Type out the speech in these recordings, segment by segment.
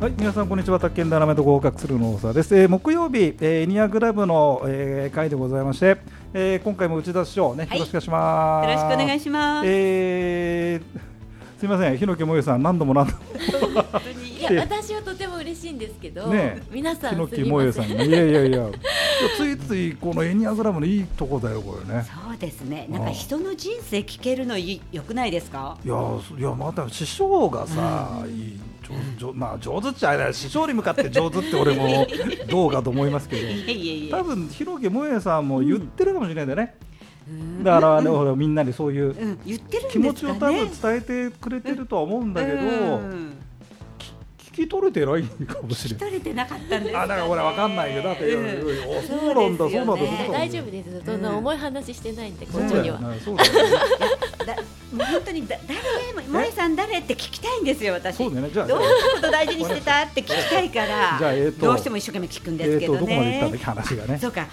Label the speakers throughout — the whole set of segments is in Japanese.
Speaker 1: はい、皆さんこんにちは。宅建ダイナメイト合格するの大沢です。えー木曜日、えー、エニアグラムの、えー、会でございまして、えー、今回も内田師匠ね、
Speaker 2: はい
Speaker 1: よろしくお願いします。
Speaker 2: よろしくお願い
Speaker 1: し
Speaker 2: します。
Speaker 1: えー、すみません、日野木もゆさん何度も何度も
Speaker 3: いや私はとても嬉しいんですけど、
Speaker 1: ねえ
Speaker 3: 皆さん
Speaker 1: 日野
Speaker 3: す
Speaker 1: 木
Speaker 3: み
Speaker 1: もゆ
Speaker 3: ま
Speaker 1: さん
Speaker 3: せん。
Speaker 1: ね、いやいやいや、いやついついこのエニアグラムのいいとこだよこれね。
Speaker 2: そうですね。なんか人の人生聞けるのい良くないですか。
Speaker 1: いやーいやまた師匠がさ、いい上手まあ上手っちゃあれだ師匠に向かって上手って俺もどうかと思いますけど。
Speaker 2: いえいえいえ。
Speaker 1: 多分広木萌えさんも言ってるかもしれないんだよね、
Speaker 2: うん
Speaker 1: だから、ねほらみんなにそういう
Speaker 2: うん言ってるんですかね。
Speaker 1: 気持ちを多分伝えてくれてるとは思うんだけど、
Speaker 2: うん
Speaker 1: 聞き取れてないかもしれ
Speaker 2: 聞き
Speaker 1: ない。
Speaker 2: 取れてなかったんですね。
Speaker 1: あだから俺わかんないよだって、
Speaker 2: うん
Speaker 1: おそうなんだそうなんだ、
Speaker 2: そうですよ
Speaker 1: そう
Speaker 2: ね
Speaker 1: なんだ
Speaker 3: 大丈夫です。そんな重い話してないんで、こ
Speaker 1: そう
Speaker 3: っち
Speaker 1: だ
Speaker 3: に
Speaker 1: よ
Speaker 3: は。
Speaker 1: ねそうだよね
Speaker 2: だもう本当にだ誰も萌えさん誰って聞きたいんですよ私。
Speaker 1: そうだよねじゃあ
Speaker 2: どんなこと大事にしてたって聞きたいから。
Speaker 1: じゃあえーと
Speaker 2: どうしても一生懸命聞くん
Speaker 1: え
Speaker 2: です
Speaker 1: ー
Speaker 2: け
Speaker 1: と
Speaker 2: ど
Speaker 1: どこまで行ったんだっ
Speaker 2: ね。
Speaker 1: け話がね
Speaker 2: そ うか。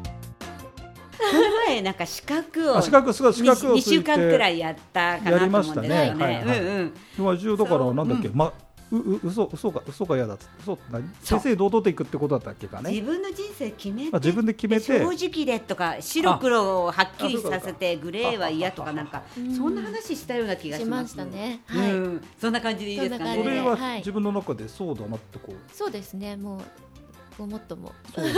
Speaker 2: この前なんか資格を
Speaker 1: あ資格資格資格を
Speaker 2: 二週間くらいやったかなと思うんですよね。
Speaker 1: やりましたねはいはい
Speaker 2: うんうん。
Speaker 1: 今中だからなんだっけ
Speaker 2: そ
Speaker 1: まうう嘘嘘か嘘か嫌だっつ嘘って何正々堂々といくってことだったっけか
Speaker 2: 自
Speaker 1: ね
Speaker 2: 分の人生決めて、
Speaker 1: あ自分で決めて
Speaker 2: 正直でとか白黒をはっきりさせてグレーは嫌とかなんか
Speaker 3: うん
Speaker 2: そんな話したような気がし
Speaker 3: し
Speaker 2: ま
Speaker 3: ますしたね。はい。
Speaker 2: うん、そんな感じでいいですか
Speaker 3: そ
Speaker 1: それ
Speaker 3: んな感
Speaker 2: ね
Speaker 1: は
Speaker 3: はい
Speaker 1: 自分の中でそうだなってこう
Speaker 3: そうですね。もう。ごもっとも。
Speaker 1: そうへ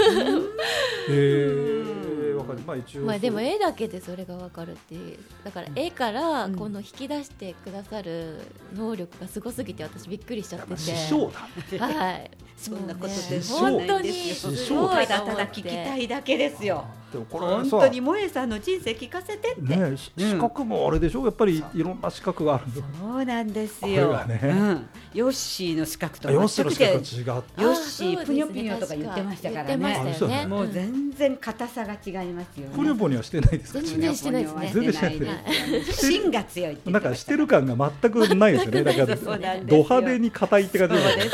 Speaker 1: えわかるまあ一応
Speaker 3: まあ、でも、
Speaker 1: そう
Speaker 3: 絵だけでそれがわかるっていう。だから、絵から、この引き出してくださる能力がすごすぎて、私びっくりしちゃ
Speaker 1: や
Speaker 3: っ
Speaker 1: ってぱ
Speaker 3: て。
Speaker 1: 師匠だ
Speaker 3: はい。
Speaker 2: そんなこと
Speaker 3: も
Speaker 2: で
Speaker 3: うね
Speaker 1: 師匠
Speaker 3: 本当に。
Speaker 1: 師
Speaker 3: す
Speaker 1: 匠
Speaker 3: ご
Speaker 2: た
Speaker 3: いと
Speaker 2: だ
Speaker 3: 思
Speaker 2: た
Speaker 3: って
Speaker 2: だ聞きたいだけですよ
Speaker 1: でもこれは
Speaker 2: 本
Speaker 1: さ
Speaker 2: 当に萌えさんの人生聞かせてって、
Speaker 1: ねし
Speaker 2: うん
Speaker 1: 資格もあれでしょやっぱりいろんな資格がある
Speaker 2: そうなんです
Speaker 1: これ
Speaker 2: よ
Speaker 1: が、ね
Speaker 2: うん、ヨッシーの資格と
Speaker 1: あヨッシー
Speaker 2: 全
Speaker 1: の
Speaker 2: く
Speaker 1: 資
Speaker 2: て
Speaker 1: 格は違う
Speaker 2: よし
Speaker 3: あーそうですね
Speaker 2: ぷにょぷにょとか言ってましたからね
Speaker 3: 言ってましたよね。
Speaker 2: もう全然硬さが違いますよね
Speaker 1: ポニョポニョはしてないですか
Speaker 3: 全
Speaker 2: ぷにょ
Speaker 3: 然
Speaker 2: ぷにょは
Speaker 3: 全
Speaker 1: 然してない
Speaker 2: して
Speaker 1: ですね
Speaker 2: ないですよね芯が強いっていう
Speaker 1: なんかしてる感が全くないですよねだか
Speaker 2: そうな
Speaker 1: ら
Speaker 2: んです
Speaker 1: ド
Speaker 2: よ
Speaker 1: 派手に硬いって感じ
Speaker 2: そうです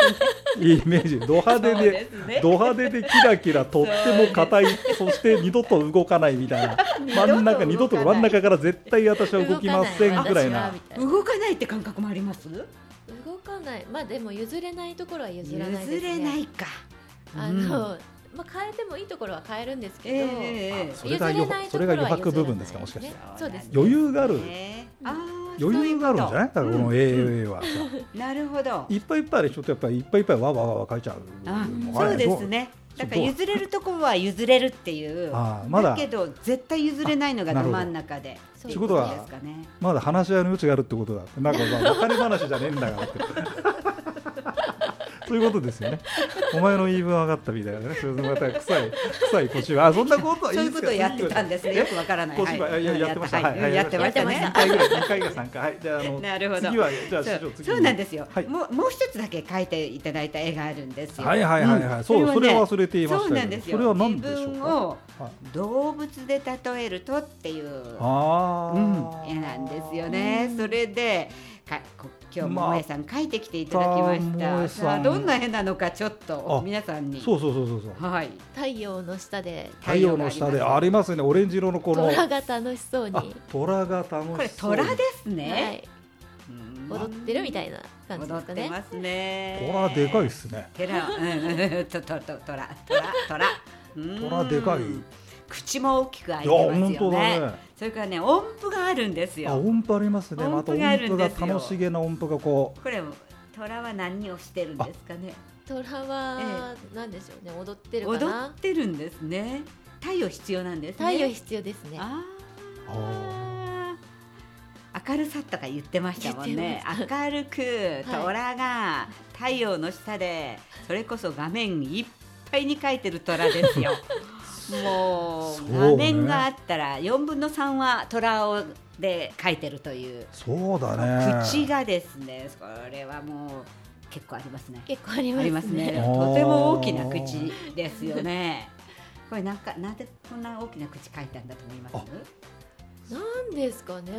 Speaker 1: いいイメージド派手で
Speaker 2: そうですね
Speaker 1: ド派手でキラキラとっても硬いそして二度と動かないみたいな真ん中二
Speaker 2: 二
Speaker 1: 度
Speaker 2: 度
Speaker 1: と
Speaker 2: と動かない
Speaker 1: 真ん中から絶対私は動きませんぐらいな
Speaker 3: 動かない
Speaker 2: 動かないって感覚もあります
Speaker 3: 動かないまあでも譲れないところは譲
Speaker 2: 譲
Speaker 3: らないです、ね、
Speaker 2: れないか
Speaker 3: あの、まあ変えてもいいところは変えるんですけど、
Speaker 2: ええ
Speaker 1: それが余白それが余白部分ですかもしかして
Speaker 3: そうです
Speaker 1: 余裕がある
Speaker 2: ねあー
Speaker 1: 余裕があるんじゃないだか
Speaker 2: そう
Speaker 1: ら
Speaker 2: う
Speaker 1: こ
Speaker 2: こと
Speaker 1: の AAA はさ
Speaker 2: うんなるほど
Speaker 1: いっぱいいっぱいある人ってやっぱりいっぱいいっぱいわわわわ書いちゃう
Speaker 2: あ
Speaker 1: のかな
Speaker 2: そうですね
Speaker 1: そ
Speaker 2: だ
Speaker 1: う
Speaker 2: から譲れるところは譲れるっていう
Speaker 1: あーまだ
Speaker 2: けど絶対譲れないのがど真ん中で
Speaker 3: そ
Speaker 1: 仕事は
Speaker 2: っていうことですかね
Speaker 1: まだ話し合いの余地があるってことだなんかまあ別れ話じゃねえんだからってそういうことですよねお前の言い分上がったみたいなねそれでまた臭い臭い腰はあそんなことはい
Speaker 2: そうい
Speaker 1: いです
Speaker 2: うこ
Speaker 1: か
Speaker 2: とをやってたんですね。よくわからない。
Speaker 1: 小芝居いややってました。
Speaker 2: はいうんやってましたね。
Speaker 1: 2回ぐらい、2回が3回。はい、じゃああの
Speaker 2: なるほど
Speaker 1: 次はじゃあ
Speaker 2: そ
Speaker 1: 師匠
Speaker 2: う
Speaker 1: 次。
Speaker 2: そうなんですよ
Speaker 1: はい。
Speaker 2: もうもう一つだけ書いていただいた絵があるんですよ。
Speaker 1: はいはいはいはい。そうそれは忘れていましたよ。
Speaker 2: そうなんですよ。
Speaker 1: それは何でしょ
Speaker 2: 自
Speaker 1: う
Speaker 2: 分
Speaker 1: か。
Speaker 2: を
Speaker 1: はい
Speaker 2: 動物で例えるとっていう
Speaker 1: あ
Speaker 2: うん
Speaker 1: あ。
Speaker 2: 絵なんですよね。それで。かこ今日もえさん書いてきていただきまし
Speaker 1: まあ
Speaker 2: た。さあどんな絵なのかちょっと
Speaker 1: あ
Speaker 2: 皆さんに。
Speaker 1: そうそうそうそうそう。
Speaker 2: はい。
Speaker 3: 太陽の下で
Speaker 1: 太陽の下でありますね。オレンジ色のこの
Speaker 3: 虎が楽しそうに、
Speaker 1: あ虎が楽しそう。
Speaker 2: これ虎です
Speaker 3: は
Speaker 2: ね。
Speaker 3: い、
Speaker 2: うん
Speaker 3: 踊ってるみたいな感
Speaker 2: 踊
Speaker 3: じで
Speaker 2: っ
Speaker 3: すか
Speaker 2: て
Speaker 3: ね
Speaker 2: ますね。
Speaker 1: 虎でかいですね。
Speaker 2: てら、うん、 ととととら、とら、とら。うん
Speaker 1: 虎でかい。
Speaker 2: 口も大きく開
Speaker 1: い
Speaker 2: いて
Speaker 1: や
Speaker 2: ます
Speaker 1: 本当
Speaker 2: よ
Speaker 1: だ
Speaker 2: ね。
Speaker 1: ね。
Speaker 2: それからね、音符があるんで
Speaker 1: あ
Speaker 2: すよ。
Speaker 1: 音符ありますね。また
Speaker 2: 音符があ
Speaker 1: 音
Speaker 2: る
Speaker 1: 符
Speaker 2: ん
Speaker 1: が
Speaker 2: ですよ
Speaker 1: 楽しげな音符がこう。
Speaker 2: これ、虎は何をしてるんですかね。
Speaker 3: 虎はなんでしょうね踊ってる
Speaker 2: 踊
Speaker 3: か
Speaker 2: っ
Speaker 3: な
Speaker 2: てるんですね。太陽必要なんですね。
Speaker 3: 太陽必要ですね
Speaker 2: あ
Speaker 1: あ
Speaker 2: あ。明るさとか言ってましたもんね
Speaker 3: 言ってまし
Speaker 2: 明るく
Speaker 3: はい
Speaker 2: 虎が太陽の下でそれこそ画面いっぱいに描いてる虎ですよも
Speaker 1: そううね
Speaker 2: 画面があったら4分の3は虎をで描いてるという
Speaker 1: そうだね。
Speaker 2: 口がですねこれはもう結構ありますね
Speaker 3: 結構あり
Speaker 2: あ
Speaker 3: ま
Speaker 2: り
Speaker 3: す
Speaker 2: ま
Speaker 3: ね
Speaker 2: すね
Speaker 1: あー
Speaker 2: とても大きな口ですよねこれなんかなんでこんな大きな口描いたんだと思います
Speaker 1: あ
Speaker 3: なんですかね、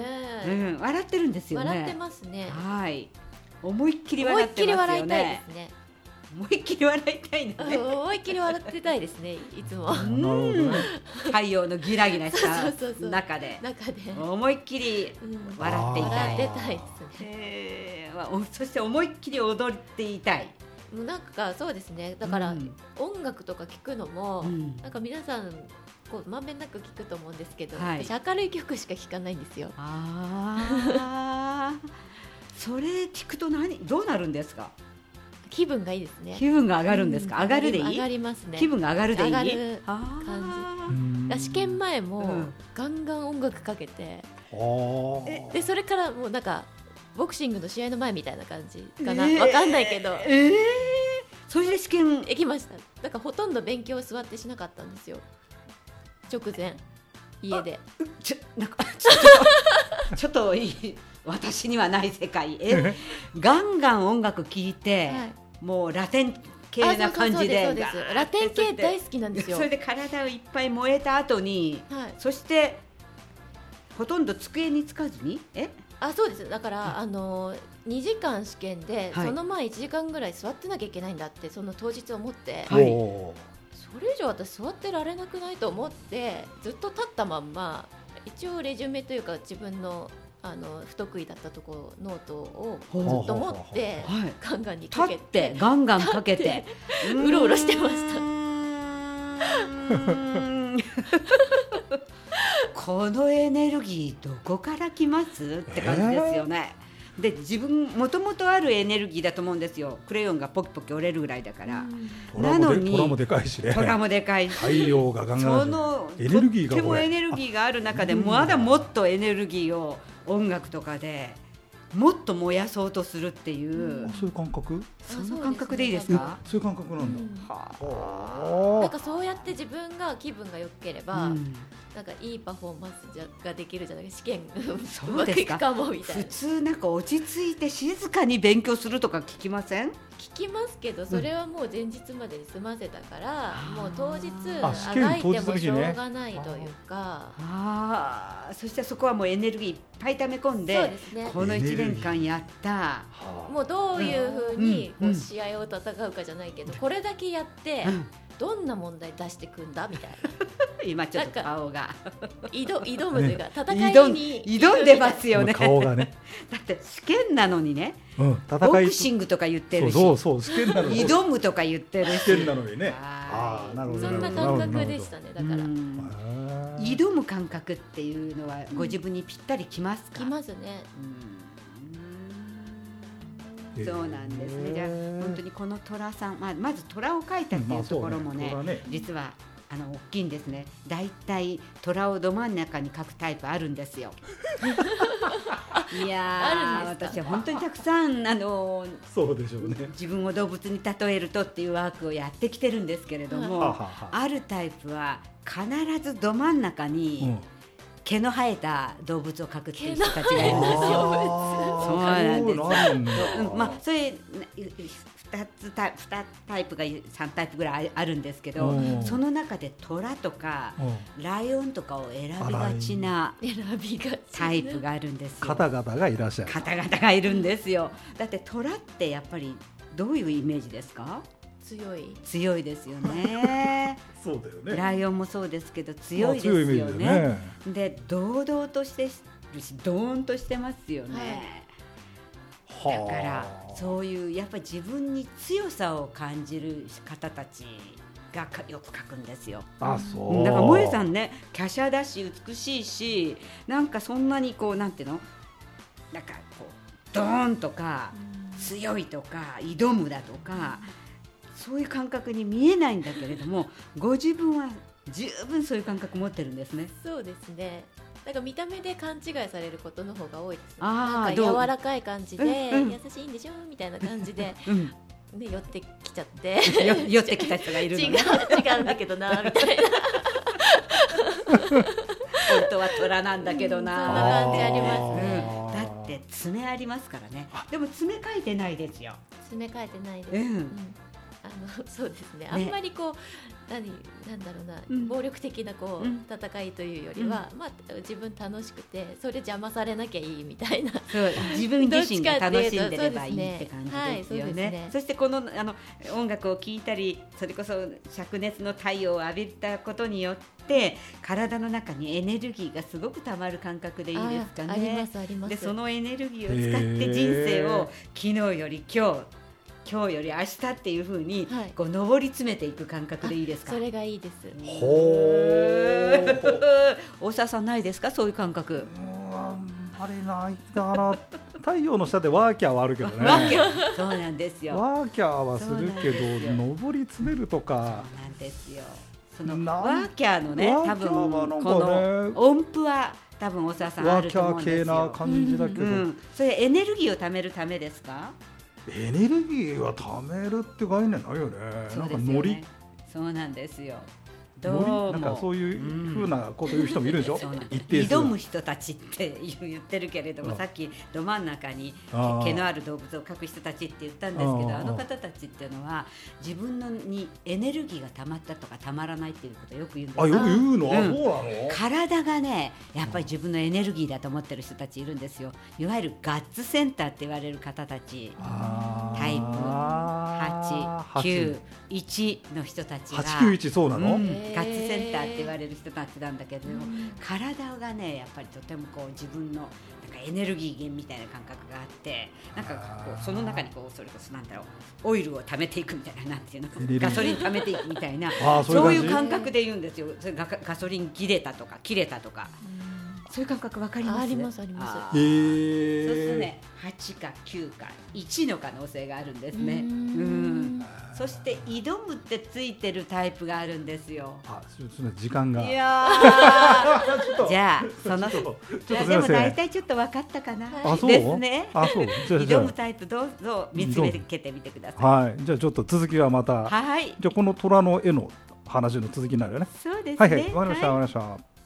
Speaker 2: うん、笑ってるんですよね
Speaker 3: 笑ってますね
Speaker 2: はい。思いっきり
Speaker 3: 思い
Speaker 2: 笑
Speaker 3: っ
Speaker 2: って
Speaker 3: きり
Speaker 2: ます
Speaker 3: 笑
Speaker 2: よ
Speaker 3: いたいで
Speaker 2: ね。
Speaker 3: すね
Speaker 2: 思いっきり笑いたいんだね。
Speaker 3: 思いっきり笑ってたいですねいつも
Speaker 1: なるほどね
Speaker 2: 太陽のギラギラし
Speaker 3: そう
Speaker 2: た
Speaker 3: そうそうそう
Speaker 2: 中で
Speaker 3: 中で、
Speaker 2: 思いっきり
Speaker 3: うん
Speaker 2: 笑っていた
Speaker 3: 笑っ
Speaker 2: い
Speaker 3: てたいですね
Speaker 2: えーまあおそして思いっきり踊っていたい
Speaker 3: もうなんかそうですねだから
Speaker 2: うん
Speaker 3: 音楽とか聞くのも、
Speaker 2: うん
Speaker 3: なんか皆さんこうまんべんなく聞くと思うんですけど、
Speaker 2: はい
Speaker 3: 私明るい曲しか聞かないんですよ
Speaker 2: あーそれ聞くと何どうなるんですか
Speaker 3: 気分がいいですね
Speaker 2: 気分が上がるんですか、
Speaker 3: う
Speaker 2: 上がるでいい
Speaker 3: 上がりますね
Speaker 2: 気分が上がるでいい
Speaker 3: 上がる
Speaker 2: あー
Speaker 1: うん
Speaker 3: だから試験前も、
Speaker 2: うん
Speaker 3: ガンガン音楽かけて
Speaker 1: あー
Speaker 3: でそれからもうなんかボクシングの試合の前みたいな感じかな、
Speaker 2: えー
Speaker 3: わかんないけど
Speaker 2: えー、それで試験
Speaker 3: 行きましただからほとんど勉強を座ってしなかったんですよ直前家で
Speaker 2: ちょなんか ちょっとちょっといい私にはない世界 えガンガン音楽聴いて、
Speaker 3: はい
Speaker 2: もうラテン系
Speaker 3: あ
Speaker 2: な感じで
Speaker 3: そうそうそうですそうですラテン系大好きなんですよ
Speaker 2: それで体をいっぱい燃えた後に
Speaker 3: はい
Speaker 2: そしてほとんど机につかずにえ
Speaker 3: あそうですだから、あの2時間試験で、
Speaker 2: はい
Speaker 3: その前1時間ぐらい座ってなきゃいけないんだってその当日思って、
Speaker 2: はい
Speaker 1: おー
Speaker 3: それ以上私座ってられなくないと思ってずっと立ったまんま一応レジュメというか自分のあの不得意だったところノートをず
Speaker 2: ほう
Speaker 3: っ
Speaker 2: ほう
Speaker 3: と持って
Speaker 2: はい
Speaker 3: ガンガンにか
Speaker 2: 立
Speaker 3: け
Speaker 2: ってガンガンかけて
Speaker 3: てうろうろしてました
Speaker 2: うーん このエネルギーどこから来ますって感じですよね、で自分もともとあるエネルギーだと思うんですよクレヨンがポキポキ折れるぐらいだから、
Speaker 1: ト
Speaker 2: な
Speaker 1: ラも
Speaker 2: の
Speaker 1: で
Speaker 2: に
Speaker 1: トラもでかいしね
Speaker 2: トラもでかいし
Speaker 1: 太陽がガンガン
Speaker 2: その
Speaker 1: エネルギーが
Speaker 2: とっても
Speaker 1: これ
Speaker 2: エネルギーがある中で
Speaker 1: うん
Speaker 2: まだもっとエネルギーを音楽とかでもっと燃やそうとするっていう、
Speaker 3: う
Speaker 1: あそういう感覚
Speaker 2: その感覚でいいです
Speaker 1: え
Speaker 3: うん
Speaker 2: か
Speaker 1: そういう感覚なんだ、
Speaker 2: はあ
Speaker 1: おー
Speaker 3: なんかそうやって自分が気分が良ければ、
Speaker 2: うん
Speaker 3: なんかいいパフォーマンスじゃができるじゃない試験
Speaker 2: そう
Speaker 3: うまくいくかもみたいな
Speaker 2: 普通なんか落ち着いて静かに勉強するとか聞きません
Speaker 3: 聞きますけどそれはもう前日までに済ませたから、
Speaker 2: うん
Speaker 3: もう当日
Speaker 1: あ試験
Speaker 3: あがいて
Speaker 1: 当
Speaker 3: も
Speaker 1: 日
Speaker 3: しょ
Speaker 1: の日ね
Speaker 3: うがないというか、
Speaker 2: ああそしてそこはもうエネルギーいっぱい溜め込んで
Speaker 3: そうですね
Speaker 2: この1年間やった、
Speaker 3: もうどういうふうに
Speaker 2: うんう
Speaker 3: こ
Speaker 2: ん
Speaker 3: う試合を戦うかじゃないけど、これだけやって
Speaker 2: うん
Speaker 3: どんな問題出してくんだ みたい
Speaker 2: 今ちょっと顔が
Speaker 3: な挑挑むというか戦
Speaker 2: 挑
Speaker 3: い
Speaker 2: ん
Speaker 3: に
Speaker 2: 挑んでますよね
Speaker 1: 今顔がね、
Speaker 2: だって試験なのにね
Speaker 1: うん、
Speaker 2: ボ
Speaker 1: 戦い
Speaker 2: クシングとか言ってるし
Speaker 1: そうそうそう試験なのに
Speaker 2: 挑むとか言ってるし
Speaker 1: 試験なのにね
Speaker 2: は
Speaker 1: あー
Speaker 2: い
Speaker 1: なるほど
Speaker 3: そんな感覚でしたねだから、
Speaker 2: うん
Speaker 1: あー
Speaker 2: 挑む感覚っていうのはご自分にぴったりきますか、
Speaker 3: きますね
Speaker 2: うんそうなんですね。じゃあ本当にこの虎さん、まあまず虎を描いたって
Speaker 1: ま
Speaker 2: い
Speaker 1: あ
Speaker 2: う
Speaker 1: そ
Speaker 2: と
Speaker 1: う
Speaker 2: ころもね、
Speaker 1: これは
Speaker 2: 実はあの大きいんですね。だいたい虎をど真ん中に描くタイプあるんですよ。いやー
Speaker 3: あるんです
Speaker 2: 私は本当にたくさんあの
Speaker 1: そうでしょうね
Speaker 2: 自分を動物に例えるとっていうワークをやってきてるんですけれども、
Speaker 1: ははは
Speaker 2: あるタイプは必ずど真ん中に。
Speaker 1: うん
Speaker 2: 毛の生えた動物を描くっていう人たちがいるんですよ。
Speaker 1: あー
Speaker 2: そう
Speaker 1: そうなんです
Speaker 2: うんまあ、それ2つタイ2タイプが3タイプぐらいあるんですけど、
Speaker 1: うん
Speaker 2: その中で虎とか
Speaker 1: うん
Speaker 2: ライオンとかを選びがちな
Speaker 3: 選びがち
Speaker 2: タイプがあるんですよ。
Speaker 1: 方々がいらっしゃる
Speaker 2: 方々がいるんですよ。だって虎ってやっぱりどういうイメージですか
Speaker 3: 強い
Speaker 2: 強いです よね。
Speaker 1: そうだよ
Speaker 2: ラ
Speaker 1: ね
Speaker 2: イオンもそうですけど
Speaker 1: ま
Speaker 2: 強
Speaker 1: あ
Speaker 2: いですよ
Speaker 1: 強いイメージだ
Speaker 2: ね
Speaker 1: よ。ね
Speaker 2: で堂々としてるしドーンとしてますよね。
Speaker 3: はい
Speaker 2: だから
Speaker 1: はあ
Speaker 2: そういうやっぱり自分に強さを感じる方たちがかよく書くんですよ。
Speaker 1: あそう
Speaker 2: だから萌さんね華奢だし美しいしなんかそんなにこうなんていうのなんかこうドーンとか強いとか挑むだとかそういう感覚に見えないんだけれどもご自分は十分そういう感覚持ってるんですね。
Speaker 3: そうですねなんか見た目で勘違いされることの方が多いですね
Speaker 2: あ
Speaker 3: な
Speaker 2: ー
Speaker 3: ん
Speaker 2: どう
Speaker 3: か柔らかい感じで、
Speaker 2: うんうん
Speaker 3: 優しいんでしょみたいな感 じで、
Speaker 2: うん、
Speaker 3: ね、寄ってきちゃって
Speaker 2: よ寄ってきた人がいるの
Speaker 3: 違う
Speaker 2: ね。
Speaker 3: 違うんだけどなみた いな
Speaker 2: 本当は虎なんだけどな。
Speaker 3: そんな感じありますね
Speaker 1: あ
Speaker 2: だ
Speaker 1: ー
Speaker 2: って爪ありますからねでも爪描いてないですよ
Speaker 3: 詰め替えてないです、
Speaker 2: うん
Speaker 3: あのそうですねあんまりこう何なんだろうな、
Speaker 2: うん
Speaker 3: 暴力的なこう、
Speaker 2: うん
Speaker 3: 戦いというよりは、まあ、自分楽しくてそれ邪魔されなきゃいいみたいな
Speaker 2: そう自分自身が楽しんでればい
Speaker 3: どっちかっていうとそうです
Speaker 2: い
Speaker 3: ね
Speaker 2: って感じですよね。
Speaker 3: はいそうですね
Speaker 2: そしてこのあの音楽を聴いたりそれこそ灼熱の太陽を浴びたことによって体の中にエネルギーがすごくたまる感覚 でいいですか
Speaker 3: あありま
Speaker 2: ね。
Speaker 3: すありま
Speaker 2: で
Speaker 3: す
Speaker 2: そのエネルギーを使って人生を昨日より今日今日より明日っていうふうに、
Speaker 3: はい
Speaker 2: こう上り詰めていく感覚でいいですか
Speaker 3: そ。れがいいです
Speaker 1: ほー
Speaker 2: 大沢さんないですかそういう感覚。
Speaker 1: うんあんまりないだから太陽の下でワーキャーはあるけど ね
Speaker 2: わけそうなんですよ。
Speaker 1: ワーキャーはするけ
Speaker 2: そうなんです
Speaker 1: ど
Speaker 2: よ
Speaker 1: 上り詰めるとか
Speaker 2: そうなんですよ。その
Speaker 1: なん
Speaker 2: ワーキャーのね、
Speaker 1: ワ
Speaker 2: 多
Speaker 1: ーキャーはなんか
Speaker 2: 分
Speaker 1: ね
Speaker 2: この音符は多分大沢さんあ
Speaker 1: ワー
Speaker 2: る
Speaker 1: キ
Speaker 2: と
Speaker 1: ャ
Speaker 2: 思うん
Speaker 1: ー
Speaker 2: で
Speaker 1: 系
Speaker 2: す
Speaker 1: な
Speaker 2: よ。
Speaker 1: 感じだけ
Speaker 2: う
Speaker 1: ど、
Speaker 2: ん、それエネルギーを貯めるためですか？
Speaker 1: エネルギーは貯めるって概念ないよね
Speaker 2: そ
Speaker 1: な
Speaker 2: うんで
Speaker 1: か
Speaker 2: す
Speaker 1: ノ
Speaker 2: よ
Speaker 1: リ
Speaker 2: ね。そうなんですよ。どう
Speaker 1: ノ
Speaker 2: も
Speaker 1: リなんかそういうふうなこと言う人もいるでしょ、
Speaker 2: そうなんです
Speaker 1: 一定数
Speaker 2: 挑む人たちって言ってるけれど
Speaker 1: う
Speaker 2: も
Speaker 1: ん
Speaker 2: さっきど真ん中に
Speaker 1: あー
Speaker 2: 毛のある動物を描く人たちって言ったんですけど
Speaker 1: あー
Speaker 2: あの方たちっていうのは自分のにエネルギーが溜まったとか溜まらないっていうことをよく言うんです
Speaker 1: あよく言うの、あ
Speaker 2: うん
Speaker 1: そうなの
Speaker 2: 体がねやっぱり自分のエネルギーだと思ってる人たちいるんですよいわゆるガッツセンターって言われる方たちタイプ
Speaker 1: プ
Speaker 2: 891の人たちが
Speaker 1: 891そうなの、
Speaker 2: うん
Speaker 3: へー
Speaker 2: ガッツセンターって言われる人たちなんだけど、体がねやっぱりとてもこう自分のなんかエネルギー源みたいな感覚があってなんかこ
Speaker 1: あー
Speaker 2: うその中にこうそれこそなんだろうオイルを貯めていくみたいななんていうの
Speaker 1: ネルギー
Speaker 2: ガソリン貯めていくみたいな
Speaker 1: あーそういう
Speaker 2: そ
Speaker 1: 感じ
Speaker 2: ういう感覚で言うんですよそれガガソリン切れたとか切れたとか。そういう感覚わかります
Speaker 3: ありますあります
Speaker 2: あ
Speaker 1: へ
Speaker 2: ー
Speaker 1: ー
Speaker 2: そうするとね8か9か1の可能性があるんですねう
Speaker 3: う
Speaker 2: んんそして挑むってついてるタイプがあるんですよ
Speaker 1: あちょっとね時間が
Speaker 2: いや
Speaker 1: あちょっと
Speaker 2: ーじゃあその
Speaker 1: ちょっとちょっと
Speaker 2: いや
Speaker 1: すい
Speaker 2: で
Speaker 1: ま
Speaker 2: も
Speaker 1: せ
Speaker 2: 大
Speaker 1: ん
Speaker 2: 体ちょっと分かったかな
Speaker 1: あそう
Speaker 2: ですね
Speaker 1: あそうじゃあじゃ
Speaker 2: 挑むタイプどうぞ見つめてけてみてくだ
Speaker 1: あ
Speaker 2: さい
Speaker 1: はいじゃあちょっと続きはまた
Speaker 2: はい
Speaker 1: じゃあこの虎の絵の話の続きになるよね
Speaker 2: そうですね
Speaker 1: はいはいわかりましたわか
Speaker 2: は
Speaker 1: りました